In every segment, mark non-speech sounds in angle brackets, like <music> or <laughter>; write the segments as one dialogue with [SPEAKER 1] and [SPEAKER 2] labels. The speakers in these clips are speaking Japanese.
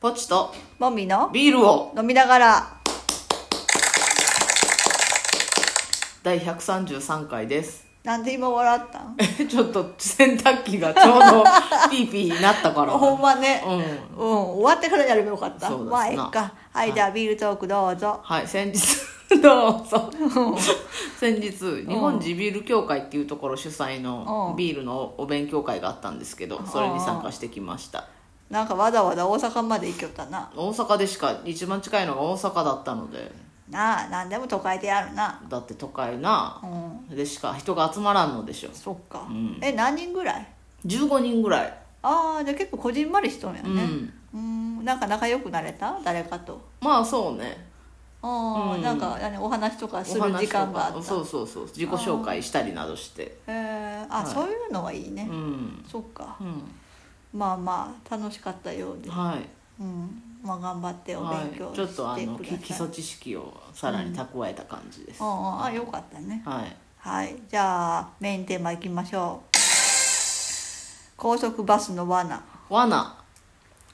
[SPEAKER 1] ポチと
[SPEAKER 2] もみの
[SPEAKER 1] ビールを
[SPEAKER 2] 飲みながら
[SPEAKER 1] 第133回です。
[SPEAKER 2] なんで今笑ったん
[SPEAKER 1] えちょっと洗濯機がちょうどピーピーなったから。
[SPEAKER 2] ほんまね
[SPEAKER 1] うん。
[SPEAKER 2] うん終わってからやればよかった
[SPEAKER 1] そうですな
[SPEAKER 2] まあえっかはいじゃあビールトークどうぞ
[SPEAKER 1] はい、先日、どう
[SPEAKER 2] <laughs>
[SPEAKER 1] ぞ。先日、日本地ビール協会っていうところ主催
[SPEAKER 2] う
[SPEAKER 1] の
[SPEAKER 2] ん
[SPEAKER 1] ビールのお勉強会があったんですけど、それに参加してきました。
[SPEAKER 2] なんかわざわざ大阪まで行きよったな
[SPEAKER 1] 大阪でしか、一番近いのが大阪だったので、
[SPEAKER 2] なあ何でも都会でやるな
[SPEAKER 1] だって都会な
[SPEAKER 2] う、ん
[SPEAKER 1] でしか人が集まらんのでしょ。
[SPEAKER 2] そっか、
[SPEAKER 1] ん
[SPEAKER 2] え何人ぐらい
[SPEAKER 1] 15人ぐらい。
[SPEAKER 2] ああじゃあ結構こじんまりしとんや
[SPEAKER 1] う
[SPEAKER 2] ね
[SPEAKER 1] ん。
[SPEAKER 2] うんなんか仲良くなれた誰かと
[SPEAKER 1] まあそうね。
[SPEAKER 2] ああ、
[SPEAKER 1] うん
[SPEAKER 2] なんか何お話とかする
[SPEAKER 1] お話とか
[SPEAKER 2] 時間があった
[SPEAKER 1] そうそうそう自己紹介したりなどして
[SPEAKER 2] へえあ、
[SPEAKER 1] はい
[SPEAKER 2] そういうのはいいうね、
[SPEAKER 1] ん、
[SPEAKER 2] そっか
[SPEAKER 1] うん、
[SPEAKER 2] まあまあ楽しかったようで、
[SPEAKER 1] はい
[SPEAKER 2] うん、まあ頑張ってお
[SPEAKER 1] は
[SPEAKER 2] 勉
[SPEAKER 1] い
[SPEAKER 2] 強して
[SPEAKER 1] ちょっ
[SPEAKER 2] くだ
[SPEAKER 1] と
[SPEAKER 2] さ
[SPEAKER 1] あ
[SPEAKER 2] い、
[SPEAKER 1] のき基礎知識をさらに蓄えた感じです、
[SPEAKER 2] あああよかったね
[SPEAKER 1] はい
[SPEAKER 2] はいじゃあメインテーマいきましょう高速バスの罠
[SPEAKER 1] 罠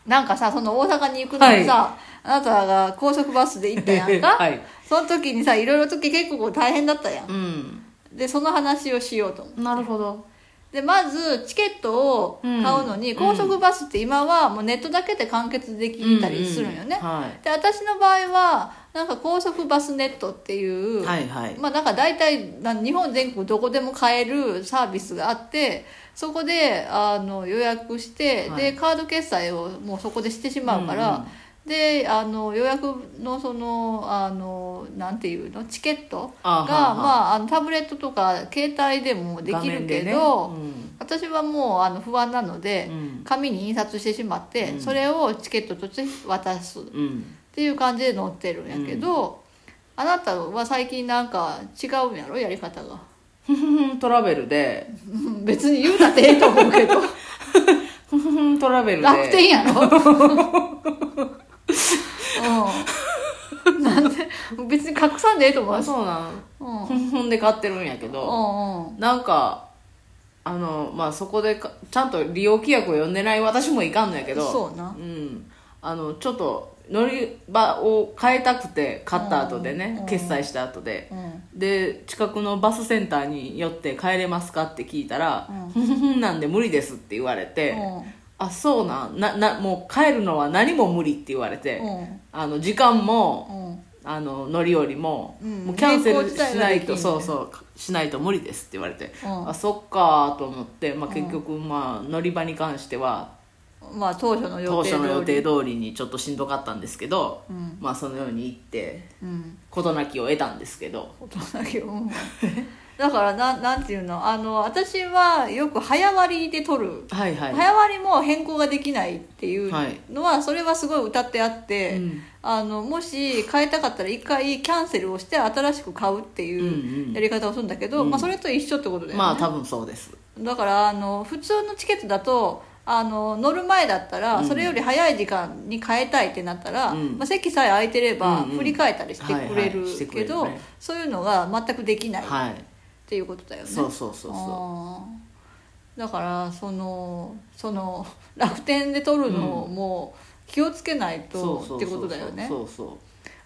[SPEAKER 2] なんかさその大阪に行くのにさ、あなたが高速バスで行ったやんか、
[SPEAKER 1] <laughs> はい
[SPEAKER 2] その時にさいろいろと結構大変だったやん
[SPEAKER 1] うん
[SPEAKER 2] でその話をしようと思う
[SPEAKER 1] なるほど
[SPEAKER 2] でまずチケットを買うのに、
[SPEAKER 1] うん
[SPEAKER 2] 高速バスって今はもうネットだけで完結できたりするんよね、
[SPEAKER 1] うんうんは
[SPEAKER 2] で私の場合はなんか高速バスネットっていう、
[SPEAKER 1] い、はいはい
[SPEAKER 2] まあなんか大体な日本全国どこでも買えるサービスがあってそこであの予約して、
[SPEAKER 1] はい
[SPEAKER 2] でカード決済をもうそこでしてしまうから、であの予約のそのあのなんていうのチケット
[SPEAKER 1] あ
[SPEAKER 2] が
[SPEAKER 1] はあはあ
[SPEAKER 2] まああのタブレットとか携帯でもできるけ
[SPEAKER 1] 画
[SPEAKER 2] ど、
[SPEAKER 1] 面でね
[SPEAKER 2] 私はもうあの不安なので
[SPEAKER 1] う、ん
[SPEAKER 2] 紙に印刷してしまって、
[SPEAKER 1] うん
[SPEAKER 2] それをチケットとして渡す。
[SPEAKER 1] うんうん
[SPEAKER 2] っていう感じで乗ってるんやけど、あなたは最近なんか違うんやろやり方が
[SPEAKER 1] ふふふんトラベルで
[SPEAKER 2] うん <laughs> 別に言うたってええと思うけど
[SPEAKER 1] ふふふんトラベルで
[SPEAKER 2] 楽天やろうんなんで別に隠さんでええと思い
[SPEAKER 1] あ
[SPEAKER 2] ます
[SPEAKER 1] そうなん
[SPEAKER 2] うんうん
[SPEAKER 1] ふんふんで買ってるんやけど
[SPEAKER 2] うん
[SPEAKER 1] なんかあのまあそこでかちゃんと利用規約を読んでない私もいかんのやけど、
[SPEAKER 2] そうなん
[SPEAKER 1] あのちょっと乗り場を変えたくて買った後でね、
[SPEAKER 2] うん
[SPEAKER 1] 決済した後で、
[SPEAKER 2] うん
[SPEAKER 1] で近くのバスセンターに寄って帰れますかって聞いたら
[SPEAKER 2] う
[SPEAKER 1] 「
[SPEAKER 2] ん
[SPEAKER 1] ふんふんふんなんで無理です」って言われて
[SPEAKER 2] うん
[SPEAKER 1] 「あそうなんななもう帰るのは何も無理」って言われて、
[SPEAKER 2] うん
[SPEAKER 1] あの時間も
[SPEAKER 2] うん
[SPEAKER 1] あの乗り降りも,、
[SPEAKER 2] うん
[SPEAKER 1] もうキャンセ
[SPEAKER 2] 変更
[SPEAKER 1] ルし
[SPEAKER 2] 自体が
[SPEAKER 1] ない
[SPEAKER 2] できん
[SPEAKER 1] と
[SPEAKER 2] ね
[SPEAKER 1] そうそうしないと無理ですって言われて、
[SPEAKER 2] うん
[SPEAKER 1] あそっかと思って、まあ、結局、まあ、乗り場に関しては
[SPEAKER 2] まあ当初の予
[SPEAKER 1] 当
[SPEAKER 2] 定
[SPEAKER 1] 初の予
[SPEAKER 2] 通り
[SPEAKER 1] 定通りにちょっとしんどかったんですけど、
[SPEAKER 2] うん
[SPEAKER 1] まあ、そのように行って
[SPEAKER 2] うん
[SPEAKER 1] 事なきを得たんですけど
[SPEAKER 2] ことだけど、うん、だからなんなんていうのあの私はよく早割りで取る
[SPEAKER 1] はいはい、
[SPEAKER 2] 早割りも変更ができないっていう
[SPEAKER 1] はい
[SPEAKER 2] のは、それはすごい歌ってあって、
[SPEAKER 1] うん
[SPEAKER 2] あのもし変えたかったら一回キャンセルをして新しく買うって
[SPEAKER 1] んう
[SPEAKER 2] い
[SPEAKER 1] ん
[SPEAKER 2] うやり方をするんだけど、
[SPEAKER 1] うん
[SPEAKER 2] まあ、それと一緒ってことだよね、
[SPEAKER 1] まあ多分そうです
[SPEAKER 2] だからあの普通のチケットだとあの乗る前だったら、
[SPEAKER 1] うん
[SPEAKER 2] それより早い時間に変えたいってなったら、
[SPEAKER 1] うん
[SPEAKER 2] まあ、席さえ空いてれば
[SPEAKER 1] うんうん
[SPEAKER 2] 振り替えたりしてくれる
[SPEAKER 1] はいはいしてくれ
[SPEAKER 2] け
[SPEAKER 1] るね
[SPEAKER 2] ど、そういうのが全くできないっ
[SPEAKER 1] はい
[SPEAKER 2] ていうことだよね。
[SPEAKER 1] そうそうそうそ
[SPEAKER 2] あーだからそのその <laughs> 楽天で取るのをもう気をつけないう
[SPEAKER 1] そう
[SPEAKER 2] と
[SPEAKER 1] そう
[SPEAKER 2] ってことだよね
[SPEAKER 1] そうそ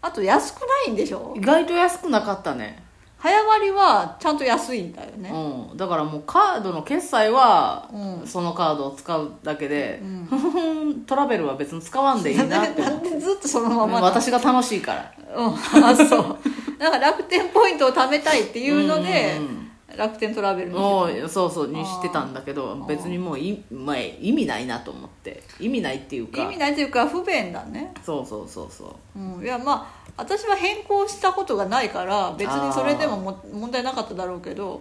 [SPEAKER 2] あと安くないんでし
[SPEAKER 1] う
[SPEAKER 2] ょ
[SPEAKER 1] 意外と安くなかったね
[SPEAKER 2] 早割りはちゃんと安いんだよね
[SPEAKER 1] うん、だからもうカードの決済は、
[SPEAKER 2] う
[SPEAKER 1] そのカードを使うだけで
[SPEAKER 2] う、ん
[SPEAKER 1] ふふふんトラベルは別に使わんでいい
[SPEAKER 2] な
[SPEAKER 1] なんって
[SPEAKER 2] でなんでずっとその <laughs> ままだ
[SPEAKER 1] 私が楽しいから
[SPEAKER 2] うんあそうなんか楽天ポイントを貯めたいっていうので
[SPEAKER 1] うんうんうん
[SPEAKER 2] 楽天トラベルに
[SPEAKER 1] も
[SPEAKER 2] して
[SPEAKER 1] うそうそうにしてたんだけど別にもうい、まあ、意味ないなと思って意味ないっていう
[SPEAKER 2] た意
[SPEAKER 1] か
[SPEAKER 2] 味ないというか不便だね
[SPEAKER 1] そうそうそうそう
[SPEAKER 2] うん、いやまあ私は変更したことがないから別にそれでもも問題なかっただろうけど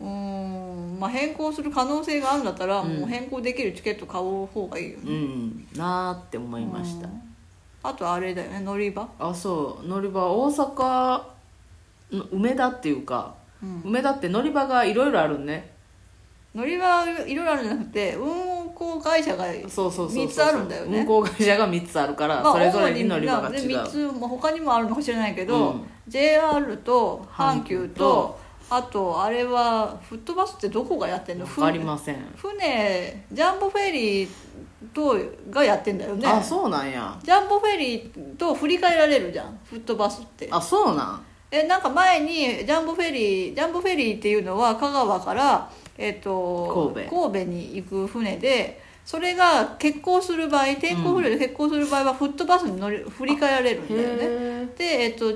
[SPEAKER 2] うーん、まあ、変更する可能性があるんだったら、
[SPEAKER 1] うん
[SPEAKER 2] もう変更できるチケット買う方がいいよね、
[SPEAKER 1] うんなあって思いました、
[SPEAKER 2] うんあとあれだよね乗り場、
[SPEAKER 1] あそう乗り場大阪の梅田っていうか
[SPEAKER 2] うん、
[SPEAKER 1] 梅田って乗り場がいろいろあるね
[SPEAKER 2] 乗り場いろいろあるんじゃなくて運行会社が
[SPEAKER 1] そうそうそうそう
[SPEAKER 2] 三つあるんだよね
[SPEAKER 1] 運行会社が3つあるから、
[SPEAKER 2] まあ
[SPEAKER 1] それぞれ
[SPEAKER 2] 主
[SPEAKER 1] に乗り場が
[SPEAKER 2] で
[SPEAKER 1] 違う
[SPEAKER 2] 3つ、まあ、他にもあるのかもしれないけど、
[SPEAKER 1] うん
[SPEAKER 2] JR と阪急
[SPEAKER 1] 阪急
[SPEAKER 2] と
[SPEAKER 1] と
[SPEAKER 2] あとあれはフットバスってどこがやってんの
[SPEAKER 1] 分かりません
[SPEAKER 2] 船ジャンボフェリーとがやってんだよね
[SPEAKER 1] あそうなんや
[SPEAKER 2] ジャンボフェリーと振り返られるじゃんフットバスって
[SPEAKER 1] あそうなん
[SPEAKER 2] えなんか前にジャンボフェリージャンボフェリーっていうのは香川から、えっと
[SPEAKER 1] 神戸
[SPEAKER 2] に行く船でそれが欠航する場合天候不良で欠航する場合はフットバスに乗り振り返られるんだよね
[SPEAKER 1] へ
[SPEAKER 2] でえっと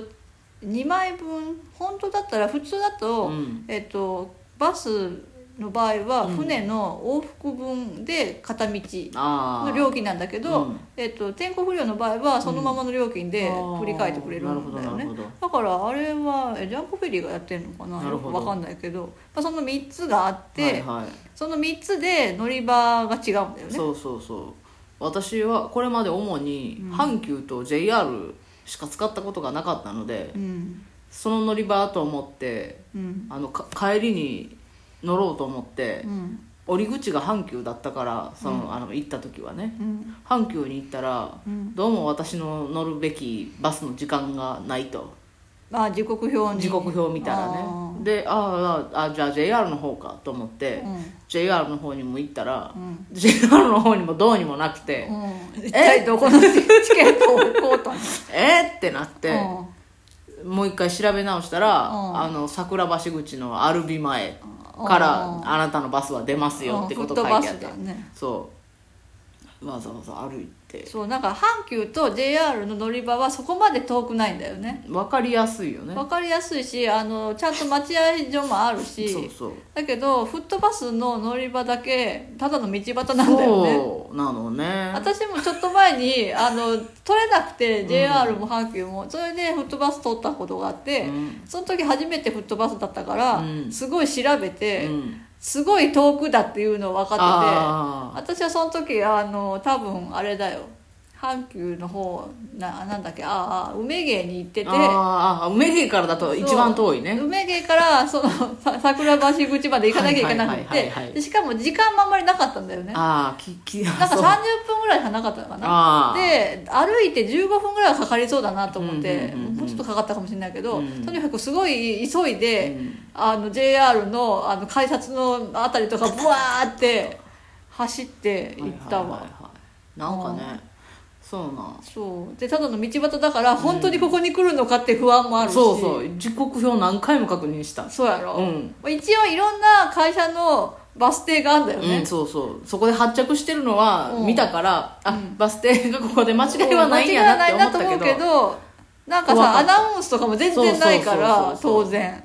[SPEAKER 2] 2枚分本当だったら普通だ
[SPEAKER 1] え
[SPEAKER 2] と、
[SPEAKER 1] うん
[SPEAKER 2] えっとバスの場合は船の往復分で片道
[SPEAKER 1] ああ
[SPEAKER 2] の料金なんだけど、
[SPEAKER 1] うん
[SPEAKER 2] えっと、天候不良の場合はそのままの料金で振り返ってくれる
[SPEAKER 1] あー
[SPEAKER 2] んだよ
[SPEAKER 1] な
[SPEAKER 2] ね、
[SPEAKER 1] るほどなるほ
[SPEAKER 2] だからあれはえジャンプフェリーがやってるのかな
[SPEAKER 1] なる
[SPEAKER 2] よ
[SPEAKER 1] ほ
[SPEAKER 2] く
[SPEAKER 1] ど
[SPEAKER 2] わかんないけど、まあ、その3つがあって、
[SPEAKER 1] はいはい
[SPEAKER 2] その3つで乗り場が違うんだよね
[SPEAKER 1] そうそうそう私はこれまで主に阪急と JR しか使ったことがなかったので、
[SPEAKER 2] うん
[SPEAKER 1] その乗り場と思って
[SPEAKER 2] うん
[SPEAKER 1] あのか帰りに乗ろうと思って
[SPEAKER 2] う、ん
[SPEAKER 1] 折り口が阪急だったからその、あの行った時はね
[SPEAKER 2] うん
[SPEAKER 1] 阪急に行ったら、
[SPEAKER 2] うん
[SPEAKER 1] どうも私の乗るべきバスの時間がないと
[SPEAKER 2] まあ時刻表に
[SPEAKER 1] 時刻表見たらね
[SPEAKER 2] あ
[SPEAKER 1] であああじゃあ JR の方かと思って、
[SPEAKER 2] ーうん
[SPEAKER 1] JR の方にも行ったら、
[SPEAKER 2] うん
[SPEAKER 1] JR の方にもどうにもなくて、
[SPEAKER 2] うん、一体どこのチケットを買うたの
[SPEAKER 1] えー、ってなって、
[SPEAKER 2] うん
[SPEAKER 1] もう一回調べ直したら、
[SPEAKER 2] うん
[SPEAKER 1] あの桜橋口のアルビ前 <laughs> から、
[SPEAKER 2] うん
[SPEAKER 1] あなたのバスは出ますよってこと書いてあった、
[SPEAKER 2] うんフットバスだよね
[SPEAKER 1] そうわざわざ歩いて
[SPEAKER 2] そうなんか阪急と JR の乗り場はそこまで遠くないんだよね
[SPEAKER 1] 分かりやすいよね
[SPEAKER 2] わかりやすいしあのちゃんと待合所もあるし
[SPEAKER 1] そうそう
[SPEAKER 2] だけどフットバスの乗り場だけただの道端なんだよね
[SPEAKER 1] そうなのね
[SPEAKER 2] 私もちょっと前にあの取れなくて JR も阪急も、それでフットバス取ったことがあって、
[SPEAKER 1] うん
[SPEAKER 2] その時初めてフットバスだったから、
[SPEAKER 1] うん
[SPEAKER 2] すごい調べて、
[SPEAKER 1] うん、
[SPEAKER 2] すごい遠くだっていうのを分かってて
[SPEAKER 1] ああ
[SPEAKER 2] 私はその時あの多分あれだよ阪急の方ななんだっけあーあー梅芸に行ってて
[SPEAKER 1] ああ梅芸からだと一番遠いね
[SPEAKER 2] 梅芸からそのさ桜橋口まで行かなきゃいけなくっ
[SPEAKER 1] はいはいはいはいは
[SPEAKER 2] て
[SPEAKER 1] い
[SPEAKER 2] でしかも時間もあんまりなかったんだよねなんか
[SPEAKER 1] ああききなん
[SPEAKER 2] 30分ぐらいしかなかったのかな
[SPEAKER 1] ああ
[SPEAKER 2] で歩いて15分ぐらいはかかりそうだなと思って、
[SPEAKER 1] うんうんうんうん
[SPEAKER 2] もうちょっとかかったかもしれないけど、
[SPEAKER 1] うん
[SPEAKER 2] とにかくすごい急いうで、
[SPEAKER 1] ん
[SPEAKER 2] あの JR のあの改札のあたりとかブワーって走って行ったわ、
[SPEAKER 1] はいはいはいはいなんかねそうなん
[SPEAKER 2] そうでただの道端だから本当にここに来るのかって不安もあるし、
[SPEAKER 1] そうそう時刻表何回も確認した
[SPEAKER 2] そうやろ、
[SPEAKER 1] うん
[SPEAKER 2] まあ一応いろんな会社のバス停があるんだよ
[SPEAKER 1] う
[SPEAKER 2] ね
[SPEAKER 1] ん、、そうそうそこで発着してるのは
[SPEAKER 2] うん
[SPEAKER 1] 見たから、あバス停がここで間違いはないんやなって思ったけど
[SPEAKER 2] 間違いないなと思うけどなんか
[SPEAKER 1] 怖か
[SPEAKER 2] さ
[SPEAKER 1] っ
[SPEAKER 2] アナウンスとかも全然ないから
[SPEAKER 1] そうそうそうそう
[SPEAKER 2] 当然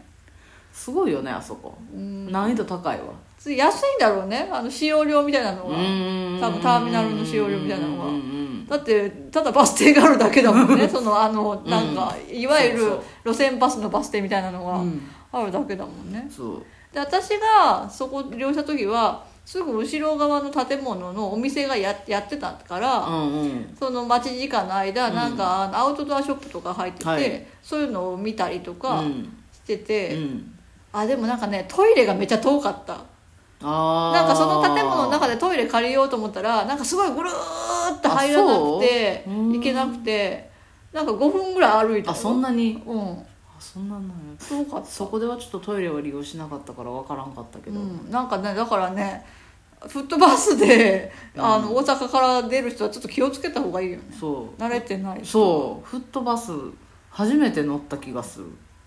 [SPEAKER 1] すごいよねあそこ、難易度高いわ
[SPEAKER 2] 安いんだろうねあの使用料みたいなの
[SPEAKER 1] う
[SPEAKER 2] は、
[SPEAKER 1] ん
[SPEAKER 2] 多分ターミナルの使用料みたいなのは
[SPEAKER 1] うんうん
[SPEAKER 2] だってただバス停があるだけだもん <laughs> ねそのあのなんか、いわゆる
[SPEAKER 1] そう
[SPEAKER 2] 路線バスのバス停みたいなの
[SPEAKER 1] うん
[SPEAKER 2] があるだけだもんね
[SPEAKER 1] そう
[SPEAKER 2] で私がそこ利用した時はすぐ後ろ側の建物のお店がややってたから、
[SPEAKER 1] うんうん
[SPEAKER 2] その待ち時間の間、
[SPEAKER 1] うん
[SPEAKER 2] なんかあのアウトドアショップとか入ってて、
[SPEAKER 1] はい
[SPEAKER 2] そういうのを見たりと
[SPEAKER 1] う
[SPEAKER 2] か
[SPEAKER 1] ん
[SPEAKER 2] して
[SPEAKER 1] う
[SPEAKER 2] て、
[SPEAKER 1] ん
[SPEAKER 2] あでもなんかねトイレがめっちゃ遠かった
[SPEAKER 1] あー
[SPEAKER 2] なんかその建物の中でトイレ借りようと思ったらなんかすごいぐるーって入らなくて
[SPEAKER 1] あそううん
[SPEAKER 2] 行けなくてなんか5分ぐらい歩いた
[SPEAKER 1] あそん
[SPEAKER 2] な
[SPEAKER 1] なに
[SPEAKER 2] うん
[SPEAKER 1] あそんなのね
[SPEAKER 2] 遠かった
[SPEAKER 1] そこではちょっとトイレは利用しなかったからわからんかったけど、
[SPEAKER 2] うん、なんかねだからねフットバスであの大阪から出る人はちょっと気をつけた方がいいよね
[SPEAKER 1] そう
[SPEAKER 2] 慣れてない人
[SPEAKER 1] そうフットバス初めて乗った気がする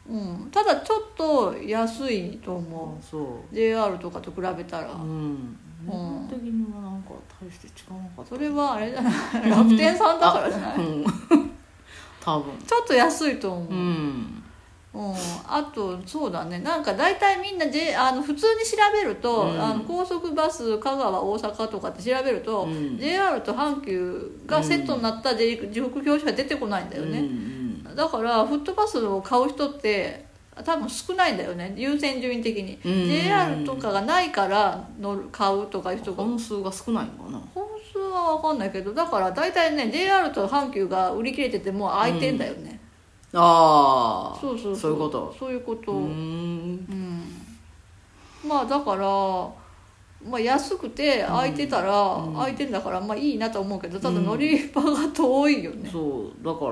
[SPEAKER 2] うん、ただちょっと安いと思
[SPEAKER 1] そう
[SPEAKER 2] JR とかと比べたら、
[SPEAKER 1] ううん
[SPEAKER 2] う
[SPEAKER 1] 基
[SPEAKER 2] ん
[SPEAKER 1] 本的にはなんか大して違わなかった
[SPEAKER 2] それはあれじゃない楽天さんだからじゃない、
[SPEAKER 1] うん <laughs> 多分
[SPEAKER 2] ちょっと安いと思う、
[SPEAKER 1] う
[SPEAKER 2] うん
[SPEAKER 1] ん
[SPEAKER 2] あとそうだねなんか大体みんな、J、あの普通に調べると、
[SPEAKER 1] うん
[SPEAKER 2] あの高速バス香川大阪とかって調べると、
[SPEAKER 1] うん
[SPEAKER 2] JR と阪急がセットになった J 時刻表しか出てこないんだよ
[SPEAKER 1] うん
[SPEAKER 2] ね、
[SPEAKER 1] うん
[SPEAKER 2] だからフットバスを買う人って多分少ないんだよね優先順位的に、
[SPEAKER 1] うん
[SPEAKER 2] JR とかがないから乗る買うとかいう人が
[SPEAKER 1] 本数が少ないのかな
[SPEAKER 2] 本数は分かんないけどだから大体ね JR と阪急が売り切れててもう空いてんだよね、
[SPEAKER 1] ああ
[SPEAKER 2] そうそう
[SPEAKER 1] そういうこと
[SPEAKER 2] そういうこと
[SPEAKER 1] う
[SPEAKER 2] う
[SPEAKER 1] ー
[SPEAKER 2] ん、
[SPEAKER 1] ん
[SPEAKER 2] まあだから、まあ、安くて空いてたら、空いてんだからまあいいなと思うけどただ乗り場が遠いよね、
[SPEAKER 1] そうだからあ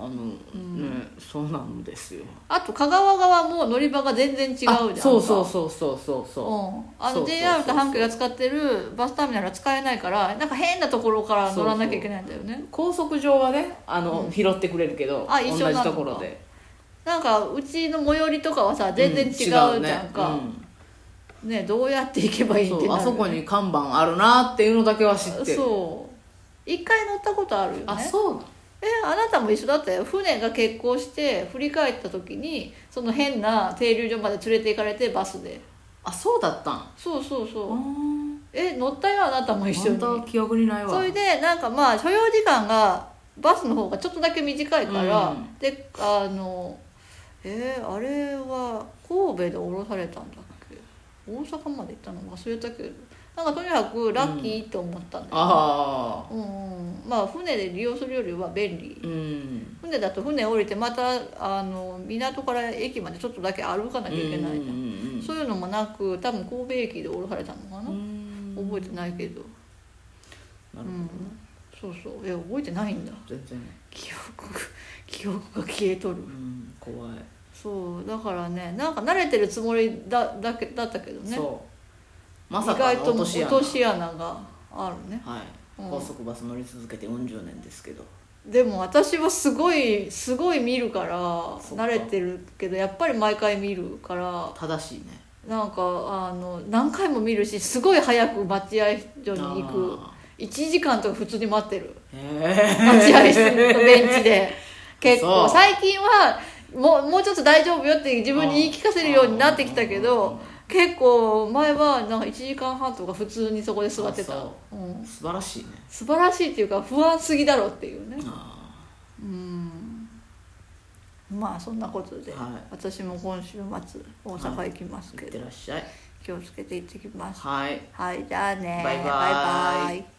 [SPEAKER 1] の、ねそうなんですよ
[SPEAKER 2] あと香川側も乗り場が全然違うじゃん
[SPEAKER 1] あそうそうそうそうそうそう、
[SPEAKER 2] うん、あ
[SPEAKER 1] そうそうそう
[SPEAKER 2] の JR と阪急が使ってるバスターミナルは使えないからなんか変なところから乗らなきゃいけないんだよね
[SPEAKER 1] 高速上はねあの、拾ってくれるけど
[SPEAKER 2] あ一緒
[SPEAKER 1] 同
[SPEAKER 2] な
[SPEAKER 1] じ
[SPEAKER 2] のか
[SPEAKER 1] ところで
[SPEAKER 2] なんかうちの最寄りとかはさ全然違うじゃんか、
[SPEAKER 1] う
[SPEAKER 2] ね
[SPEAKER 1] ん
[SPEAKER 2] どうやって行けばいいって
[SPEAKER 1] そ
[SPEAKER 2] なる
[SPEAKER 1] うあそこに看板あるなっていうのだけは知ってる
[SPEAKER 2] そう一回乗ったことあるよね
[SPEAKER 1] あそうだ
[SPEAKER 2] えあなたも一緒だったよ船が欠航して振り返った時にその変な停留所まで連れて行かれてバスで
[SPEAKER 1] あそうだったん
[SPEAKER 2] そうそうそう
[SPEAKER 1] 本
[SPEAKER 2] え乗ったよあなたも一緒に
[SPEAKER 1] 当記憶にないわ
[SPEAKER 2] それでなんかまあ所要時間がバスの方がちょっとだけ短いから、
[SPEAKER 1] うん
[SPEAKER 2] であのえーあれは神戸で降ろされたんだっけ大阪まで行ったの忘れたけどなんかとにかくラッキーと思ったんだよ、
[SPEAKER 1] ああ
[SPEAKER 2] うんうんまあ船で利用するよりは便利
[SPEAKER 1] うん
[SPEAKER 2] 船だと船降りてまたあの港から駅までちょっとだけ歩かなきゃいけないじゃん、
[SPEAKER 1] じ
[SPEAKER 2] そういうのもなく多分神戸駅で降ろされたのかな、
[SPEAKER 1] ん
[SPEAKER 2] 覚えてないけど
[SPEAKER 1] なるほど
[SPEAKER 2] うんそうそうえ覚えてないんだ
[SPEAKER 1] 全然
[SPEAKER 2] 記憶が記憶が消えとる
[SPEAKER 1] うん怖い
[SPEAKER 2] そうだからねなんか慣れてるつもりだだけだったけどね
[SPEAKER 1] そうまさか
[SPEAKER 2] 意
[SPEAKER 1] の
[SPEAKER 2] 外と
[SPEAKER 1] 落とし
[SPEAKER 2] 落
[SPEAKER 1] 穴
[SPEAKER 2] とし穴があるね
[SPEAKER 1] はい
[SPEAKER 2] うん
[SPEAKER 1] 高速バス乗り続けて40年ですけど
[SPEAKER 2] でも私はすごいすごい見るから
[SPEAKER 1] そっか
[SPEAKER 2] 慣れてるけどやっぱり毎回見るから
[SPEAKER 1] 正しいね
[SPEAKER 2] なんかあの何回も見るしすごい早く待合所に行く
[SPEAKER 1] あ
[SPEAKER 2] 1時間とか普通に待ってる
[SPEAKER 1] ーへえ
[SPEAKER 2] 待合室のベンチで
[SPEAKER 1] <laughs>
[SPEAKER 2] 結
[SPEAKER 1] そ
[SPEAKER 2] 構
[SPEAKER 1] う
[SPEAKER 2] 最近はもうもうちょっと大丈夫よって自分に言い聞かせるようになってきたけど結構前はなんか1時間半とか普通にそこで座ってた、
[SPEAKER 1] あそう
[SPEAKER 2] ん、
[SPEAKER 1] 素晴らしいね
[SPEAKER 2] 素晴らしいっていうか不安すぎだろっていうね
[SPEAKER 1] あ
[SPEAKER 2] うんまあそんなことで、
[SPEAKER 1] はい
[SPEAKER 2] 私も今週末大阪行きます
[SPEAKER 1] ー
[SPEAKER 2] け
[SPEAKER 1] いって
[SPEAKER 2] ど、
[SPEAKER 1] らっしゃい
[SPEAKER 2] 気をつけて行ってきます
[SPEAKER 1] はい
[SPEAKER 2] はいじゃあね
[SPEAKER 1] バイバイ
[SPEAKER 2] バイバイ